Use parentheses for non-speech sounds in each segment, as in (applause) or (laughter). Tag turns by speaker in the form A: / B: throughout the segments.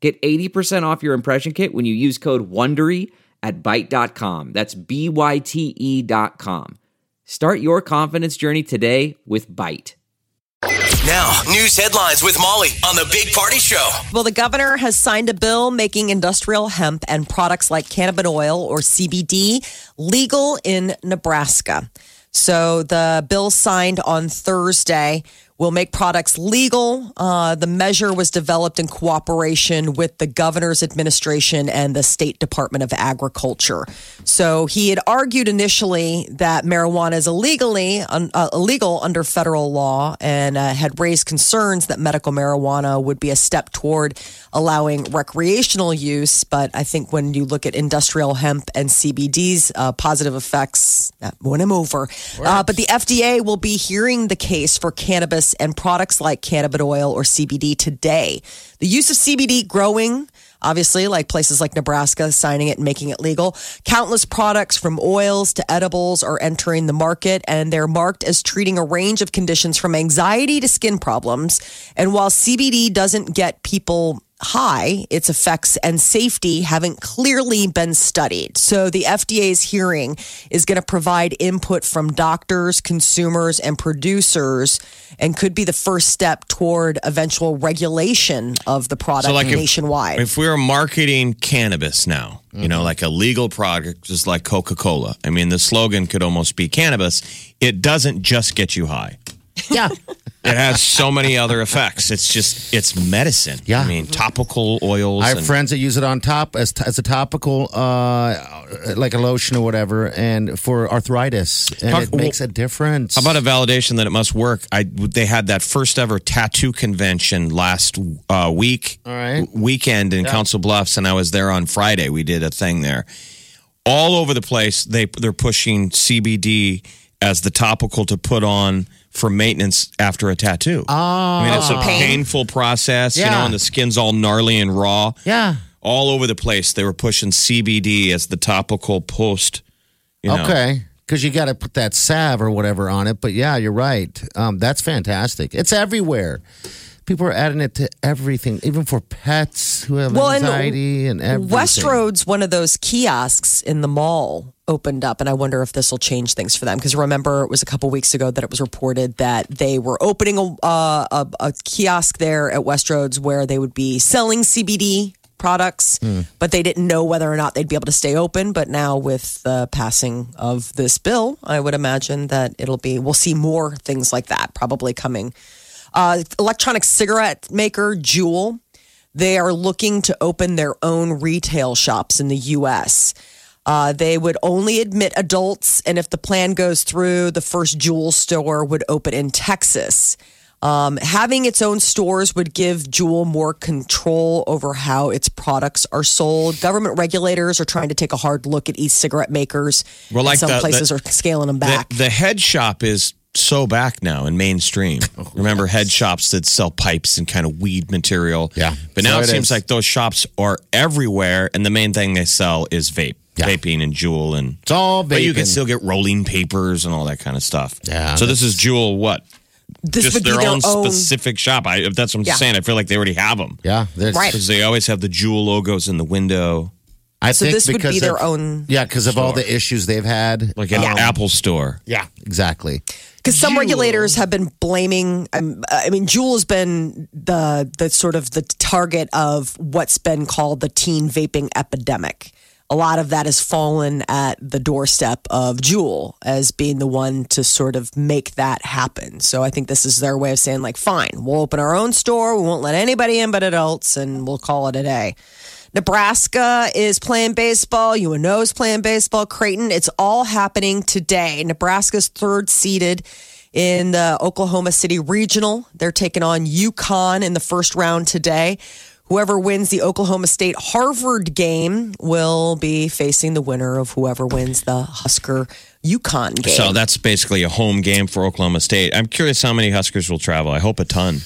A: Get 80% off your impression kit when you use code WONDERY at Byte.com. That's B-Y-T-E E dot com. Start your confidence journey today with Byte.
B: Now, news headlines with Molly on the Big Party Show.
C: Well, the governor has signed a bill making industrial hemp and products like cannabis oil or CBD legal in Nebraska. So the bill signed on Thursday will make products legal. Uh, the measure was developed in cooperation with the governor's administration and the state department of agriculture. So he had argued initially that marijuana is illegally un, uh, illegal under federal law and uh, had raised concerns that medical marijuana would be a step toward allowing recreational use. But I think when you look at industrial hemp and CBD's uh, positive effects, that won him over. Uh, but the FDA will be hearing the case for cannabis and products like cannabis oil or CBD today. The use of CBD growing, obviously, like places like Nebraska signing it and making it legal. Countless products from oils to edibles are entering the market and they're marked as treating a range of conditions from anxiety to skin problems. And while CBD doesn't get people high, its effects and safety haven't clearly been studied. So the FDA's hearing is going to provide input from doctors, consumers, and producers and could be the first step toward eventual regulation of the product nationwide.
D: If, if we were marketing cannabis now, you know, like a legal product, just like Coca Cola, I mean, the slogan could almost be cannabis. It doesn't just get you high.
E: Yeah.
D: It has so many other effects. It's just it's medicine.
E: Yeah.
D: I mean topical oils.
E: I have
D: and-
E: friends that use it on top as, as a topical, uh, like a lotion or whatever, and for arthritis, and
D: How-
E: it makes a difference.
D: How about a validation that it must work? I they had that first ever tattoo convention last uh, week
E: All right.
D: w- weekend in Council Bluffs, and I was there on Friday. We did a thing there. All over the place, they they're pushing CBD as the topical to put on for maintenance after a tattoo. Oh, I mean it's a painful process, you know,
E: Yeah.
D: and the skin's all gnarly and raw.
E: Yeah.
D: All over the place, they were pushing CBD as the topical post. You know.
E: Okay. Because you got to put that salve or whatever on it. But yeah, you're right. Um, that's fantastic. It's everywhere. People are adding it to everything, even for pets who have
C: Well, and
E: anxiety and, everything.
C: Westroads, one of those kiosks in the mall, opened up, and I wonder if this will change things for them. Because remember, it was a couple weeks ago that it was reported that they were opening a, uh, a, a kiosk there at Westroads where they would be selling CBD products, but they didn't know whether or not they'd be able to stay open. But now, with the passing of this bill, I would imagine that it'll be, we'll see more things like that probably coming. Uh, electronic cigarette maker Juul they are looking to open their own retail shops in the U.S. Uh, they would only admit adults, and if the plan goes through, the first Juul store would open in Texas. Um, having its own stores would give Juul more control over how its products are sold. Government regulators are trying to take a hard look at e-cigarette makers.
D: Well, like
C: and some
D: the-
C: places
D: the-
C: are scaling them
D: The,
C: back.
D: the head shop is so back now and mainstream. Remember head shops that sell pipes and kind of weed material.
E: Yeah.
D: But now it,
E: So it
D: seems
E: is.
D: like those shops are everywhere and the main thing they sell is vape.
E: Yeah.
D: Vaping and jewel and
E: It's all
D: But you can
E: vaping.
D: still get rolling papers and all that kind of stuff.
E: Yeah,
D: So this is jewel what?
C: this
D: Just
C: would be
D: their,
C: their
D: own, specific shop. I, if that's what I'm
C: Yeah.
D: saying. I feel like they already have them.
E: Yeah. there's-
C: Right.
D: Because they always have the jewel logos in the window,
E: I
C: So
E: think
C: this would
E: because
C: be their
E: of-
C: own
E: Yeah, because of all the issues they've had.
D: like an Apple store.
E: yeah, exactly.
C: Because some
E: Juul.
C: regulators have been blaming. Um, I mean, Juul has been the the sort of the target of what's been called the teen vaping epidemic. A lot of that has fallen at the doorstep of Juul as being the one to sort of make that happen. So I think this is their way of saying, like, fine, we'll open our own store. We won't let anybody in but adults, and we'll call it a day. Nebraska is playing baseball. UNO is playing baseball. Creighton, it's all happening today. Nebraska's third seeded in the Oklahoma City Regional. They're taking on UConn in the first round today, Whoever wins the Oklahoma State Harvard game will be facing the winner of whoever wins the Husker Yukon game.
D: So that's basically a home game for Oklahoma State. I'm curious how many Huskers will travel. I hope a ton.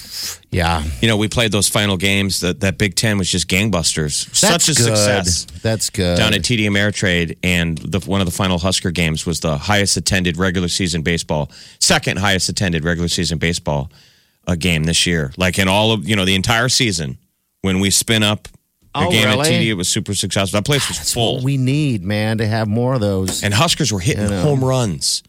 E: Yeah.
D: You know, we played those final games. That that Big Ten was just gangbusters. Such a
E: That's good.
D: success
E: That's good.
D: down at TD Ameritrade, and the, one of the final Husker games was the highest attended regular season baseball, second highest attended regular season baseball uh, game this year. Like in all of you know the entire season, when we spin up the
E: Oh,
D: game at
E: really?
D: TD, it was super successful. That place was full,
E: we need, man, to have more of those.
D: and Huskers were hitting home runs.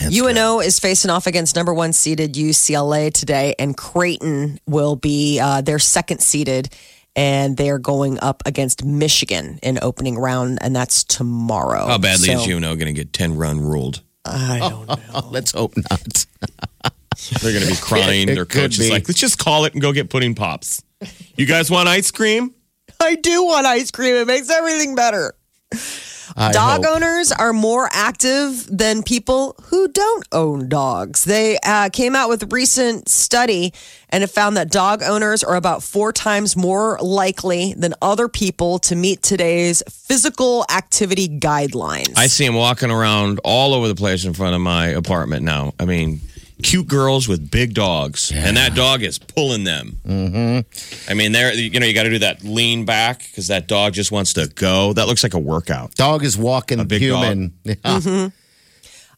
C: UNO is facing off against number one seeded UCLA today, and Creighton will be uh, their second seeded, and they are going up against Michigan in opening round, and that's tomorrow.
D: How badly
C: So-
D: is UNO going to get ten run ruled?
C: I don't know.
E: (laughs) Let's hope not.
D: They're (laughs) going to be crying.
E: It
D: Their
E: could
D: coach is
E: be.
D: like, let's just call it and go get pudding pops. You guys want ice cream?
C: I do want ice cream. It makes everything better.
E: I
C: Dog
E: hope.
C: owners are more active than people who don't own dogs. They uh, came out with a recent study and have found that dog owners are about four times more likely than other people to meet today's physical activity guidelines.
D: I see him walking around all over the place in front of my apartment now. I mean, cute girls with big dogs, and that dog is pulling them. Mm-hmm. I mean, there you know you got to do that lean back because that dog just wants to go. That looks like a workout.
E: Dog is walking
D: big
E: human. (laughs) Yeah.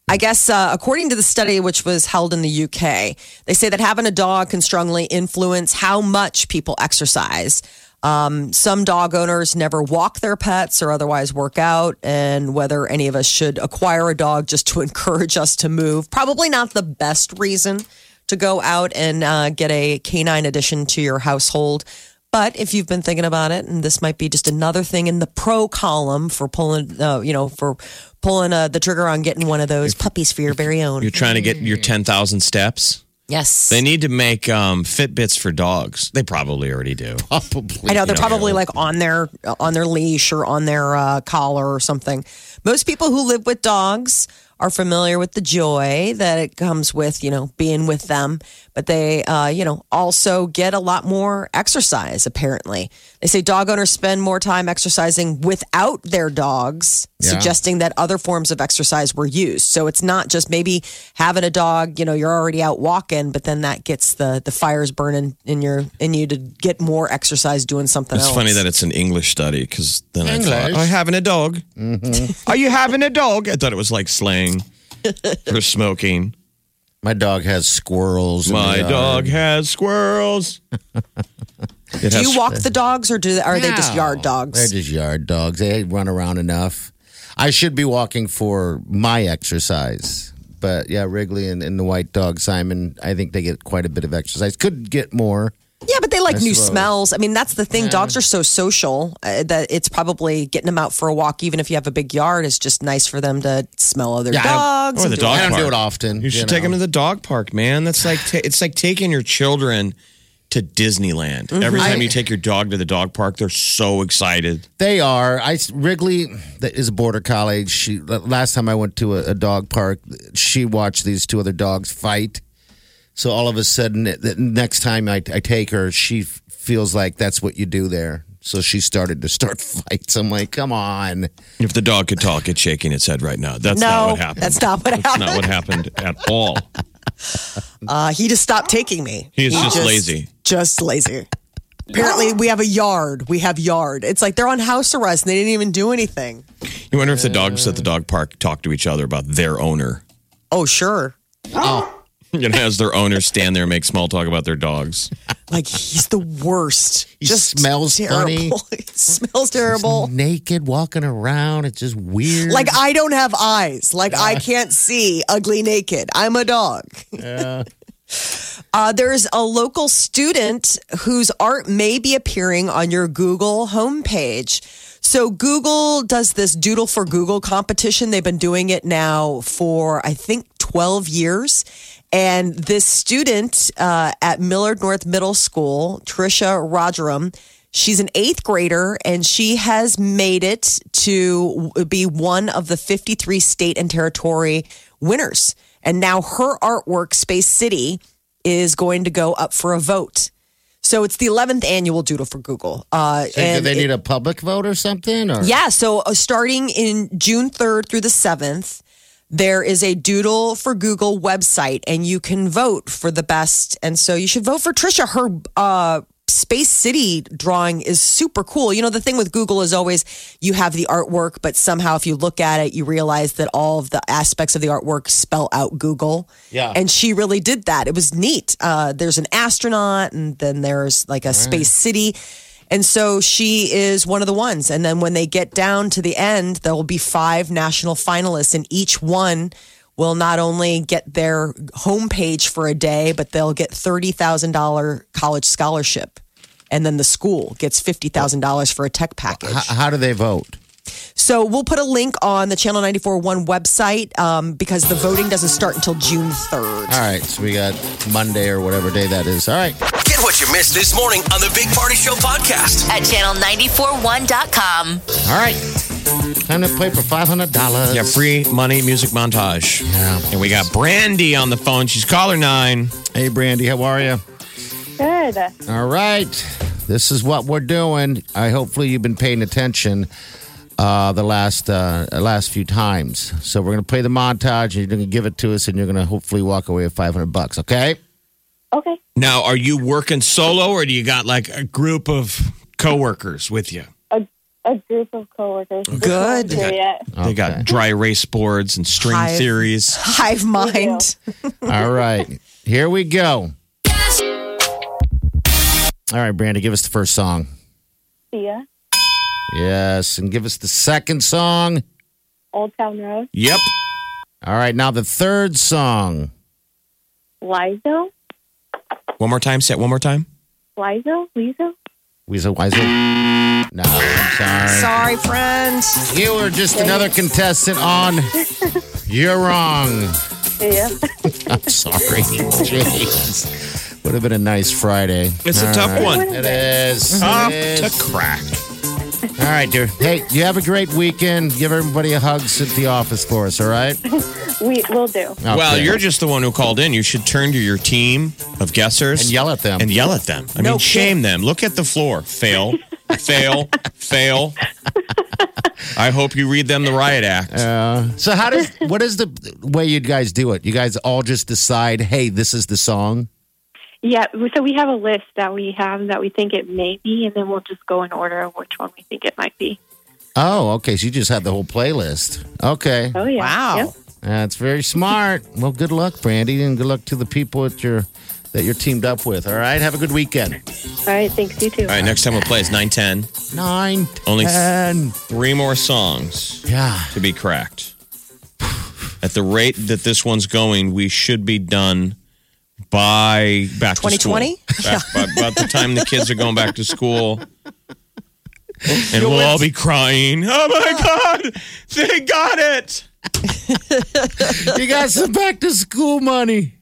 C: I guess, uh, according to the study, which was held in the UK, they say that having a dog can strongly influence how much people exercise. Um, some dog owners never walk their pets or otherwise work out, and whether any of us should acquire a dog just to (laughs) encourage us to move, probably not the best reason to go out and uh, get a canine addition to your household. But if you've been thinking about it, and this might be just another thing in the pro column for pulling, uh, you know, for pulling uh, the trigger on getting one of those puppies for your very own.
D: You're trying to get your ten thousand steps.
C: Yes.
D: They need to make um, Fitbits for dogs. They probably already do.
E: Probably.
C: I know they're
D: you know,
C: probably like on their on their leash or on their uh, collar or something. Most people who live with dogs are familiar with the joy that it comes with, you know, being with them. But they, uh, you know, also get a lot more exercise. Apparently, they say dog owners spend more time exercising without their dogs, suggesting that other forms of exercise were used. So it's not just maybe having a dog. You know, you're already out walking, but then that gets the the fires burning in your in you to get more exercise doing something
D: It's
C: else.
D: funny that it's an English study because then I
E: English?
D: thought, "Are you having a dog?
C: Mm-hmm.
D: Are you having a dog?" I thought it was
C: (laughs)
D: like slang for smoking.
E: My dog has squirrels. in
D: My
E: the yard.
D: dog
C: (laughs)
D: has squirrels. It
C: do
D: has-
C: you walk the dogs or do are they just
E: No.
C: yard dogs?
E: They're just yard dogs. They run around enough. I should be walking for my exercise. But yeah, Wrigley and, and the white dog, Simon, I think they get quite a bit of exercise. Could get more.
C: Yeah, but they like new
E: suppose.
C: smells. I mean, that's the thing. Dogs are so social uh, that it's probably getting them out for a walk, even if you have a big yard, is just nice for them to smell other
E: Yeah, I don't-
C: dogs.
D: or
C: and
D: the
C: do-
D: dog
E: I don't
D: park.
E: do it often.
D: You should take them to the dog park, man. That's like ta- it's like taking your children to Disneyland.
C: Mm-hmm.
D: Every time you take your dog to the dog park, they're so excited.
E: They are. I Wrigley that is a border collie. She last time I went to a, a dog park, she watched these two other dogs fight. So all of a sudden, the next time I, I take her, she f- feels like that's what you do there. So she started to start (laughs) fights. I'm like, come on.
D: If the dog could talk, it's shaking its head right now. That's not
C: no,
D: what happened.
C: that's not what
D: That's not
C: happened.
D: what happened at all.
C: Uh, he just stopped taking me.
D: He is just lazy.
C: Just lazy. Apparently, we have a yard. We have yard. It's like they're on house arrest and they didn't even do anything.
D: You wonder if the dogs at
E: Uh.
D: the dog park talk to each other about their owner.
C: Oh, sure.
D: You know, as their owners stand there and make small talk about their dogs.
C: Like he's the worst.
E: He smells funny.
C: terrible. (laughs) He smells
E: (laughs)
C: terrible.
E: Naked, walking around. It's just weird.
C: Like I don't have eyes. Like I can't see ugly naked. I'm a dog. Uh, there's a local student whose art may be appearing on your Google homepage. So Google does this Doodle for Google competition. They've been doing it now for I think 12 years. And this student uh, at Millard North Middle School, Trisha Rogerum, she's an eighth grader and she has made it to be one of the 53 state and territory winners. And now her artwork, Space City, is going to go up for a vote. So it's the 11th annual Doodle for Google. Uh,
E: Do
C: and
E: they
C: it-
E: need a public vote or something? Or
C: yeah, so uh, starting in June 3rd through the 7th, there is a Doodle for Google website and you can vote for the best. And so you should vote for Trisha. Her uh, Space City drawing is super cool. You know, the thing with Google is always you have the artwork, but somehow if you look at it, you realize that all of the aspects of the artwork spell out Google.
E: Yeah.
C: And she really did that. It was neat. Uh, there's an astronaut, and then there's like a space city. And so she is one of the ones. And then when they get down to the end, there will be five national finalists, and each one will not only get their homepage for a day, but they'll get $30,000 college scholarship. And then the school gets $50,000 for a tech package.
E: H- how do they vote?
C: So we'll put a link on the Channel 94 One website um, because the voting doesn't start until June 3rd.
E: All right, so we got Monday or whatever day that is. All right.
B: Get what you missed this morning on the Big Party Show podcast.
F: at channel941.com.
E: All right. Time to play for $500.
D: Yeah, free money music montage.
E: Yeah.
D: And we got Brandy on the phone. She's caller nine.
E: Hey, Brandy, how are you?
G: Good.
E: All right. This is what we're doing. I hopefully you've been paying attention uh, the last uh, last few times. So we're gonna play the montage. And you're gonna give it to us, and you're gonna hopefully walk away with 500 bucks. Okay.
G: Okay.
D: Now, are you working solo or do you got like a group of coworkers with you?
G: A, a group of coworkers.
C: Good.
G: Just not sure yet.
D: They got dry erase boards and string
C: Hive.
D: theories.
C: Hive mind.
E: (laughs) All right. Here we go. All right, Brandy, give us the first song.
G: See ya.
E: Yes, and give us the second song.
G: Old Town Road.
D: Yep.
E: All right, now the third song.
G: Lizo.
D: One more time. Say it one more time.
G: Lizo. Lizo.
E: Weasel Wiser. No, I'm sorry.
C: Sorry, friend.
E: You were just another contestant on You're Wrong. (laughs)
G: Yeah. (laughs)
E: I'm sorry. Jeez. Would have been a nice Friday.
D: It's a tough one.
E: It is.
D: Tough
E: It is.
D: to crack.
E: All right, dear. Hey, you have a great weekend. Give everybody a hug at the office for us, all right?
G: we will do.
D: Well,
E: Okay.
D: you're just the one who called in. You should turn to your team of guessers
E: And yell at them.
D: And yell at them. I
C: No
D: mean, shame them. Look at the floor. Fail, fail, fail. I hope you read them the riot act.
E: Uh, So how does what is the way you guys do it? You guys all just decide, hey, this is the song.
G: Yeah. So we have a list that we have that we think it may be, and then we'll just go in order of which one we think it might be.
E: Oh, okay. So you just have the whole playlist. Okay,
G: Oh yeah.
C: Wow.
G: Yep.
E: that's Uh, very smart. Well, good luck, Brandy, and good luck to the people that you're that you're teamed up with. All right, have a good weekend.
G: All right. Thanks. You too.
D: All right, next time we'll play is 910.
E: Nine,
D: Only s-
E: ten.
D: Three more songs
E: Yeah,
D: to be cracked. At the rate that this one's going, we should be done by back to school.
C: 2020?
D: Back- by, about the time the kids are going back to school. And we'll all be crying. Oh my God, they got it.
E: you got some back to school money.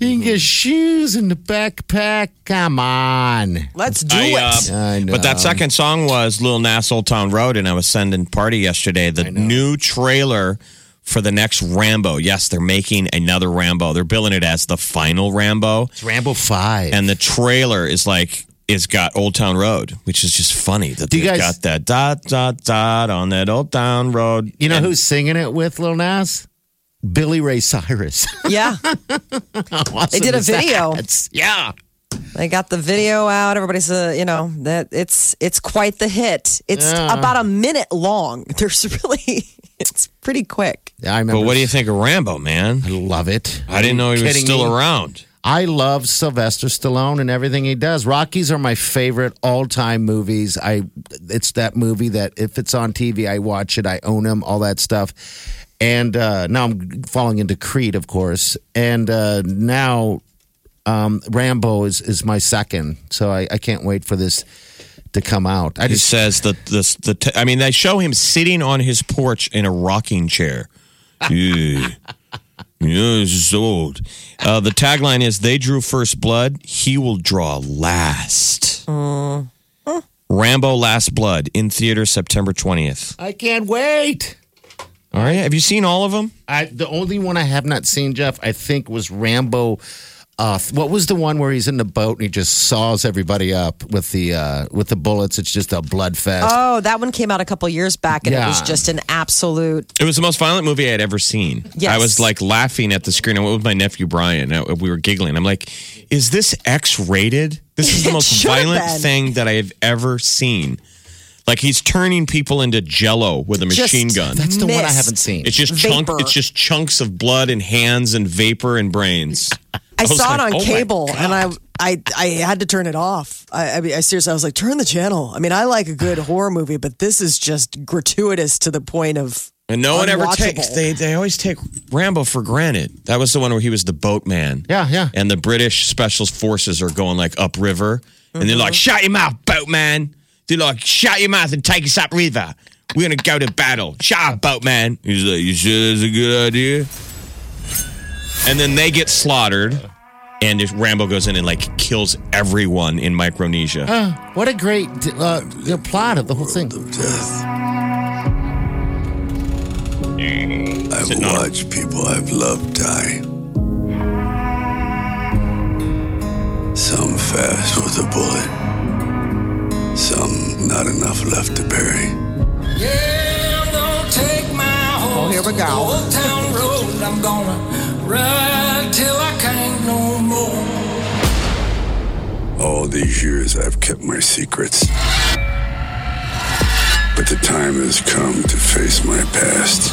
E: You can get shoes and a backpack. Come on.
C: Let's do
D: I, uh,
C: it.
E: I know.
D: But that second song was Lil Nas Old Town Road, and I was sending Party yesterday the new trailer for the next Rambo. Yes, they're making another Rambo. They're billing it as the final Rambo.
E: It's Rambo Five.
D: and the trailer is like it's got Old Town Road, which is just funny that
E: Do
D: they
E: you guys-
D: got that dot dot dot on that Old Town Road.
E: you know who's singing it with Lil Nas? Billy Ray Cyrus. (laughs)
C: Yeah. They did a video.
E: Yeah.
C: They got the video out. Everybody's, uh, you know, that it's it's quite the hit. It's
E: Yeah.
C: about a minute
H: (laughs)
C: long. There's really, it's pretty quick.
E: I remember.
D: But what do you think of Rambo, man?
E: I love it.
D: I didn't know he was
E: Kidding
D: still
E: me?
D: around.
E: I love Sylvester Stallone and everything he does. Rockies are my favorite all-time movies. I it's that movie that if it's on TV, I watch it. I own them, all that stuff. And uh, now I'm falling into Creed, of course. And uh, now um, Rambo is is my second. So I, I can't wait for this to come out. I
D: He
E: just
D: says that this the t- I mean they show him sitting on his porch in a rocking
E: (laughs)
D: chair. yeah. Yeah, this is old. Uh, the tagline is they drew first blood, he will draw last. Rambo Last Blood in theater September 20th.
E: I can't wait.
D: All right. Have you seen all of them?
E: I the only one I have not seen, Jeff, I think was Rambo off. What was the one where he's in the boat and he just saws everybody up with the uh, with the bullets? It's just a bloodfest.
C: Oh, that one came out a couple years back, and it was
E: Yeah.
C: just an absolute.
D: It was the most violent movie I had ever seen.
C: Yes.
D: I was like laughing at the screen. And with my nephew Brian, uh, we were giggling. I'm like, "Is this X-rated? This is
C: (laughs)
D: the
C: It
D: most
C: should have
D: violent
C: been.
D: thing that I have ever seen." Like he's turning people into Jello with a
C: Just-
D: machine gun.
E: That's the one I
C: missed.
E: haven't seen.
D: It's just chunk.
C: vapor.
D: It's just chunks of blood and hands and vapor
C: (laughs)
D: and brains.
H: I,
D: was
H: saw it on
D: like, "Oh my
H: cable, and I,
D: God."
H: I, I had to turn it off. I, I, mean, I seriously, I was like, turn the channel. I mean, I like a good horror movie, but this is just gratuitous to the point of.
D: And no one ever
H: unwatchable.
D: takes. They they always take Rambo for granted. That was the one where he was the boatman.
E: Yeah, yeah.
D: And the British special forces are going like upriver, and they're like,
E: Uh-huh.
D: "Shut your mouth, boatman!" They're like, "Shut your mouth and take us upriver. We're gonna go to battle. Shut up, boatman." He's like, "You sure that's a good idea?" And then they get slaughtered, and if Rambo goes in and like kills everyone in Micronesia.
E: What a great uh, the plot of the whole thing.
I: I've
D: Sitting on a-
I: watched people I've loved die. Some fast with a bullet, some not enough left to bury.
J: Yeah, I'm gonna take my horse.
H: here we
J: to the
H: go.
J: Old town road. I'm gonna ride till I can't no more.
I: All these years I've kept my secrets. But the time has come to face my past.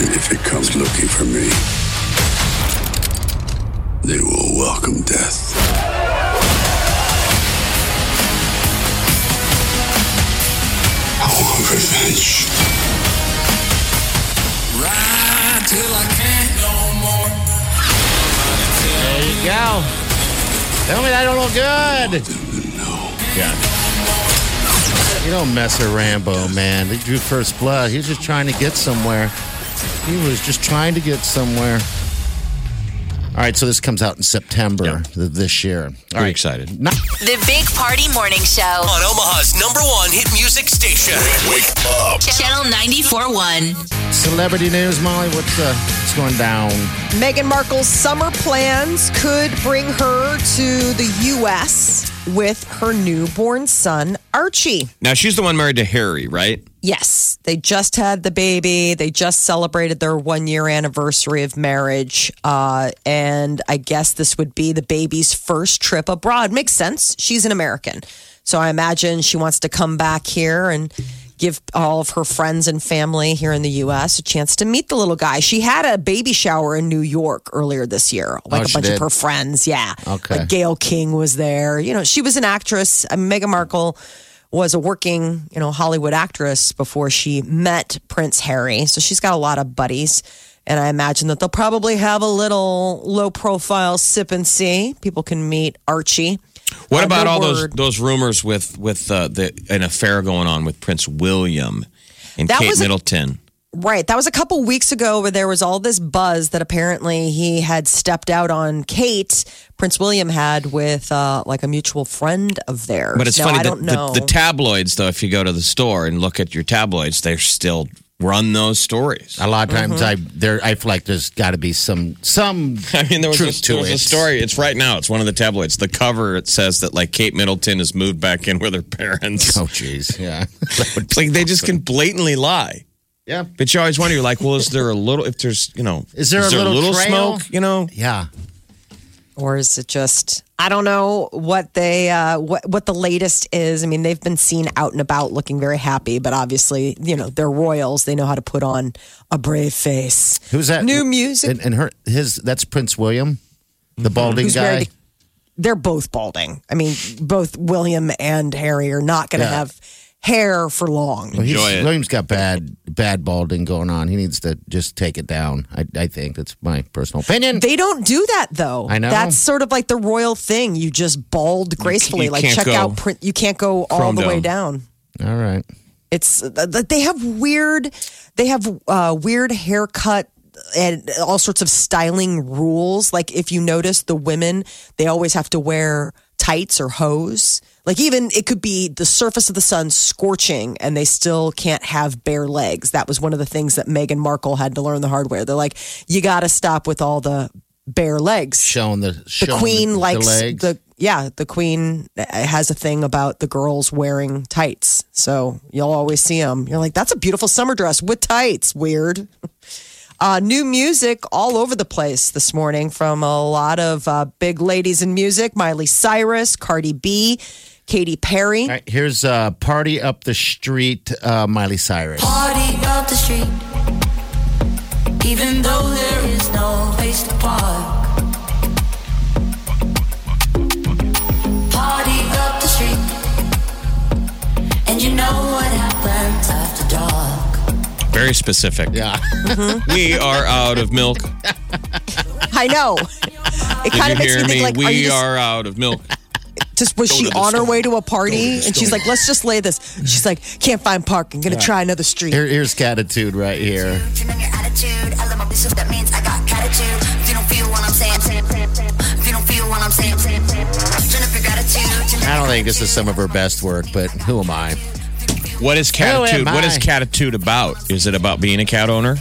I: And if it comes looking for me, they will welcome death. I want revenge.
J: Ride till I can't no more.
E: There you go. Tell me that don't look good.
I: No.
E: You don't mess with Rambo, man. They drew first blood. He was just trying to get somewhere. He was just trying to get somewhere. All right, so this comes out in September th- this year. All
D: Pretty
E: right,
D: excited.
F: The Big Party Morning Show.
B: On Omaha's number one hit music station. Wake up.
F: Channel 941.
E: celebrity news, Molly. What's uh, what's going down?
H: Meghan Markle's summer plans could bring her to the U.S. with her newborn son, Archie.
D: Now she's the one married to Harry, right?
C: Yes, they just had the baby. They just celebrated their one year anniversary of marriage. Uh, and I guess this would be the baby's first trip abroad. Makes sense. She's an American. So I imagine she wants to come back here and give all of her friends and family here in the U.S. a chance to meet the little guy. She had a baby shower in New York earlier this year. Like
E: Oh,
C: a
E: she
C: bunch of
E: did?
C: her friends. Yeah.
E: Okay.
C: Like Gail King was there. You know, she was an actress. Uh, Meghan Markle was a working, you know, Hollywood actress before she met Prince Harry. So she's got a lot of buddies. And I imagine that they'll probably have a little low profile sip and see. People can meet Archie.
D: What
C: Uh,
D: about
C: the
D: all
C: word-
D: those those rumors with with uh, the an affair going on with Prince William and
C: That
D: Kate
C: was a-
D: Middleton?
C: Right. That was a couple weeks ago where there was all this buzz that apparently he had stepped out on Kate, Prince William had with uh, like a mutual friend of theirs.
D: But it's
C: Now,
D: funny
C: I
D: that
C: don't know.
D: The, the tabloids, though, if you go to the store and look at your tabloids, they still run those stories.
E: A lot of times,
C: Mm-hmm.
E: I there, I feel like there's got to be some
C: (laughs)
E: some
D: I mean, there was,
E: truth
D: a, there
E: to
D: was
E: it.
D: a story. It's right now. It's one of the tabloids. The cover it says that like Kate Middleton has moved back in with her (laughs) parents.
E: Oh,
C: (laughs)
E: jeez, yeah, That would-
D: It's like they just can blatantly lie.
E: (laughs) yeah,
D: But you always wonder, you're like, well, is there a little? If there's, you know,
E: Is there a little trail?
D: smoke? You know,
E: yeah.
C: or is it just I don't know what they uh, what what the latest is. I mean, they've been seen out and about looking very happy, but obviously, you know, they're royals. They know how to put on a brave face.
E: Who's that?
C: New music. Mm-hmm.
E: and, and her his that's Prince William, the balding
C: Who's
E: guy.
C: married to- they're both balding. I mean, both William and Harry are not going to
E: Yeah.
C: have hair for long.
E: Well, he's-
D: Enjoy it.
E: William's got bad bad balding going on. He needs to just take it down. I, I think that's my personal opinion.
C: They don't do that though.
E: I know.
C: That's sort of like the royal thing. You just bald gracefully.
D: you
C: like
D: can't
C: check
D: go
C: out print. You can't go all
D: chrome
C: the way
D: dome.
C: down.
E: All right.
C: It's that they have weird, they have uh, weird haircut and all sorts of styling rules. Like if you notice, the women they always have to wear tights or hose. Like even it could be the surface of the sun scorching and they still can't have bare legs. That was one of the things that Meghan Markle had to learn the hard way. They're like, you got to stop with all the bare legs.
E: Showing the
C: The
E: showing
C: queen
E: the,
C: likes
E: the,
C: the,
E: legs.
C: yeah, the queen has a thing about the girls wearing tights. So you'll always see them. You're like, that's a beautiful summer dress with tights. Weird. (laughs) Uh, new music all over the place this morning from a lot of uh, big ladies in music Miley Cyrus, Cardi B, Katy Perry.
E: All right, here's uh, "Party Up the Street," uh, Miley Cyrus.
K: Party up the street. Even though there is no place to park. Party up the street. And you know what happens after dark.
D: Very specific.
E: Yeah.
C: Mm-hmm.
D: (laughs) we are out of milk.
C: I know.
D: (laughs)
C: It
D: Did
C: kind
D: you
C: of makes me
D: hear me?
C: think like,
D: we
C: are you just,
D: are out of milk.
C: just was she
D: to the
C: on her
D: store.
C: way to a party?
D: Go to the
C: and she's
D: store.
C: like, let's just lay this. She's like, can't find parking. Gonna try another street.
E: Here, here's "Catitude" right here.
K: Turn on your attitude. I love my business, that means I got gratitude. If you don't feel what I'm saying, saying, saying, saying. if you don't feel what I'm saying, saying, saying, turn up your gratitude. turn up
E: I
K: your
E: don't think this is some of her best work, but who am I?
D: What is
E: Who am
D: catitude? What is
E: I?
D: catitude about? Is it about being a cat owner?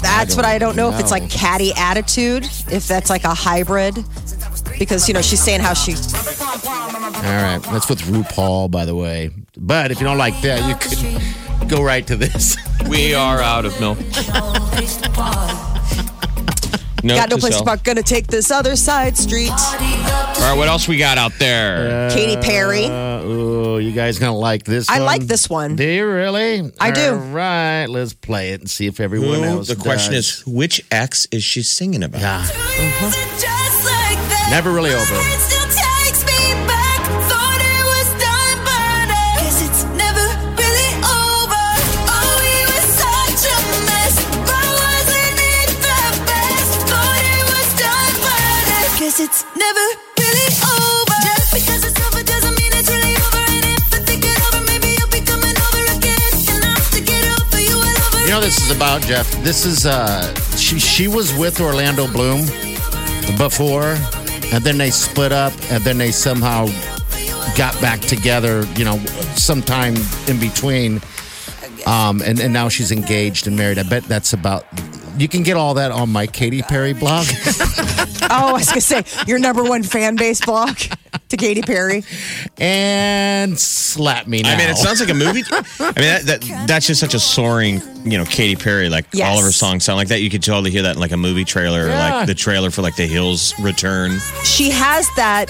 C: That's what I don't know, if it's
E: know.
C: like catty attitude, if that's like a hybrid. Because, you know, she's saying how she
E: All right, that's with RuPaul, by the way. But if you don't like that, you could (laughs) go right to this.
D: We are out of milk. No,
C: got no
D: to
C: place
D: sell.
C: to park, gonna take this other side street.
D: All right, what else we got out there?
C: Katy Perry.
E: Uh, ooh, you guys gonna like this?
C: I
E: one?
C: like this one.
E: Do you really?
C: I do.
E: All right, let's play it and see if
D: Who-
E: everyone else.
D: the question
E: does.
D: is, which ex is she singing about?
E: Yeah.
K: Just like that.
E: Never really over.
K: It still takes me back. Thought it was done, but I guess it's never really over. Oh, he was such a mess, but wasn't it the best? Thought it was done, but I guess it's never really over. Just because it's over doesn't mean it's really over. And if I think it over, maybe you'll be coming over again. And I'll stick it up for you all over.
E: You know what this is about, Jeff. This is uh she she was with Orlando Bloom before and then they split up and then they somehow got back together, you know, sometime in between. Um and, and now she's engaged and married. I bet that's about you can get all that on my Katy Perry blog. (laughs)
C: Oh, I was gonna say your number one fan base blog to Katy Perry.
E: and slap me now.
D: I mean, it sounds like a movie. I mean, that, that that's just such a soaring, you know, Katy Perry. Like
C: Yes.
D: all of her songs sound like that. You could totally hear that in like a movie trailer, or
E: Yeah.
D: like the trailer for like The Hills Return.
C: She has that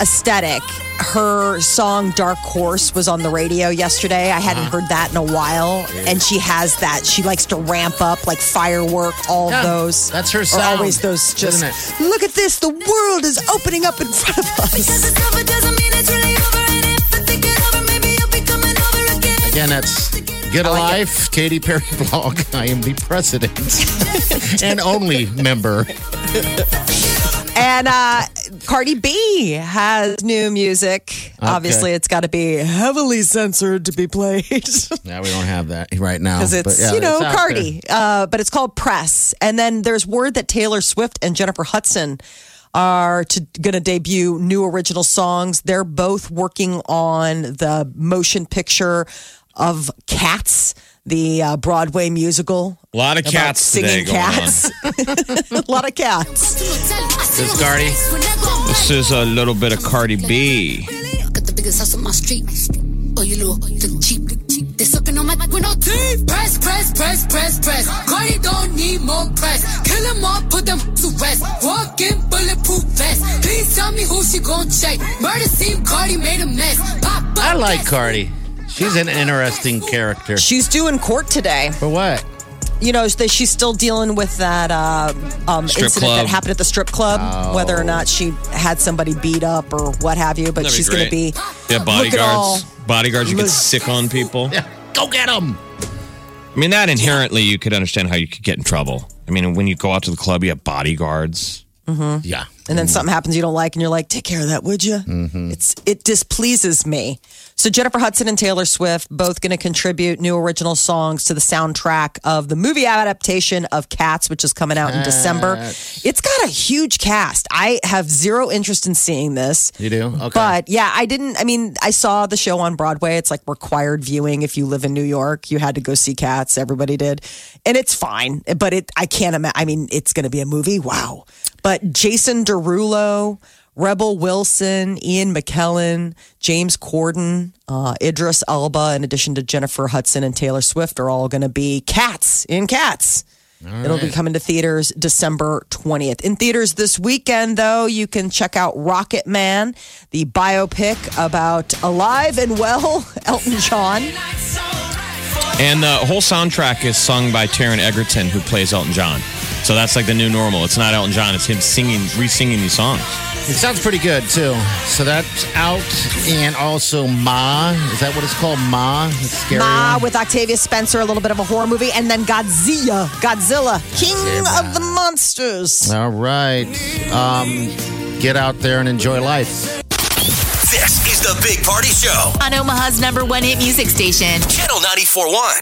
C: aesthetic. Her song Dark Horse was on the radio yesterday. I hadn't
E: Uh-huh.
C: heard that in a while. And she has that. She likes to ramp up like firework, all
E: Yeah,
C: those.
E: that's her
C: Or always
E: sound,
C: those just
E: isn't
C: look at this, the world is opening up in front of
K: Because
C: us.
K: it's over doesn't mean it's really over. And if I think it over, maybe you'll be coming over again.
E: Again, uh, that's Get a Life, Katy Perry (laughs) blog. I am the
D: (laughs)
E: president and only member.
C: And uh Cardi B has new music. Obviously, it's got to be heavily censored to be played. (laughs)
E: Yeah, we don't have that right now.
D: Um,
C: because it's
E: but yeah,
C: you know
E: it's out
C: Cardi, uh, but it's called Press. And then there's word that Taylor Swift and Jennifer Hudson are to, gonna debut new original songs. They're both working on the motion picture of Cats, the uh, Broadway musical.
D: A lot of
C: about
D: cats
C: singing
D: today going
C: cats. (laughs) a lot of cats.
E: This is Cardi.
D: on. This is a little bit of Cardi B.
L: I got the biggest house on my street. Oh, you little look cheap. They sucking on my with no teeth.
K: Press, press, press, press, press. Cardi don't need more press. Kill 'em all, put them to rest. Walk in bulletproof vest. Please tell me who she gon' check. Murder scene, Cardi made a mess. Pop up.
E: I like Cardi. She's an interesting character.
C: She's due in court today.
E: For what?
C: You know, they- she's still dealing with that uh, um,
D: Strip
C: incident
D: club. Oh.
C: that happened at the strip club, whether or not she had somebody beat up or what have you. But
D: That'd be
C: she's going to be
D: great. Yeah,
C: all-
D: bodyguards. Bodyguards, you could sick on people.
E: Yeah, go get him.
D: I mean, that inherently, you could understand how you could get in trouble. I mean, when you go out to the club, you have bodyguards.
E: Yeah.
D: Mm-hmm.
C: and then something happens you don't like, and you're like, "Take care of that, would you?" It's it displeases me. So Jennifer Hudson and Taylor Swift both going to contribute new original songs to the soundtrack of the movie adaptation of Cats, which is coming out in December. It's got a huge cast. I have zero interest in seeing this.
E: You do? Okay.
C: But yeah, I didn't. I mean, I saw the show on Broadway. It's like required viewing if you live in New York. You had to go see Cats. Everybody did, and it's fine. But it, I can't imagine. I mean, it's going to be a movie. Wow. But Jason Derulo, Rebel Wilson, Ian McKellen, James Corden, uh, Idris Elba, in addition to Jennifer Hudson and Taylor Swift, are all going to be Cats in Cats.
E: All
C: It'll be
E: right.
C: coming to theaters December 20th. In theaters this weekend, though, you can check out Rocket Man, the biopic about alive and well (laughs) Elton John.
D: And the whole soundtrack is sung by Taryn Egerton, who plays Elton John. So that's like the new normal. It's not Elton John, it's him singing, re singing these songs.
E: It sounds pretty good too. So that's out, and also Ma. Is that what it's called? Ma. It's scary.
C: Ma
E: one.
C: with Octavia Spencer, a little bit of a horror movie, and then Godzilla, Godzilla, King of the Monsters.
E: All right. Um, get out there and enjoy life.
B: This is the Big Party Show.
F: On Omaha's number one hit music station.
B: Channel 941.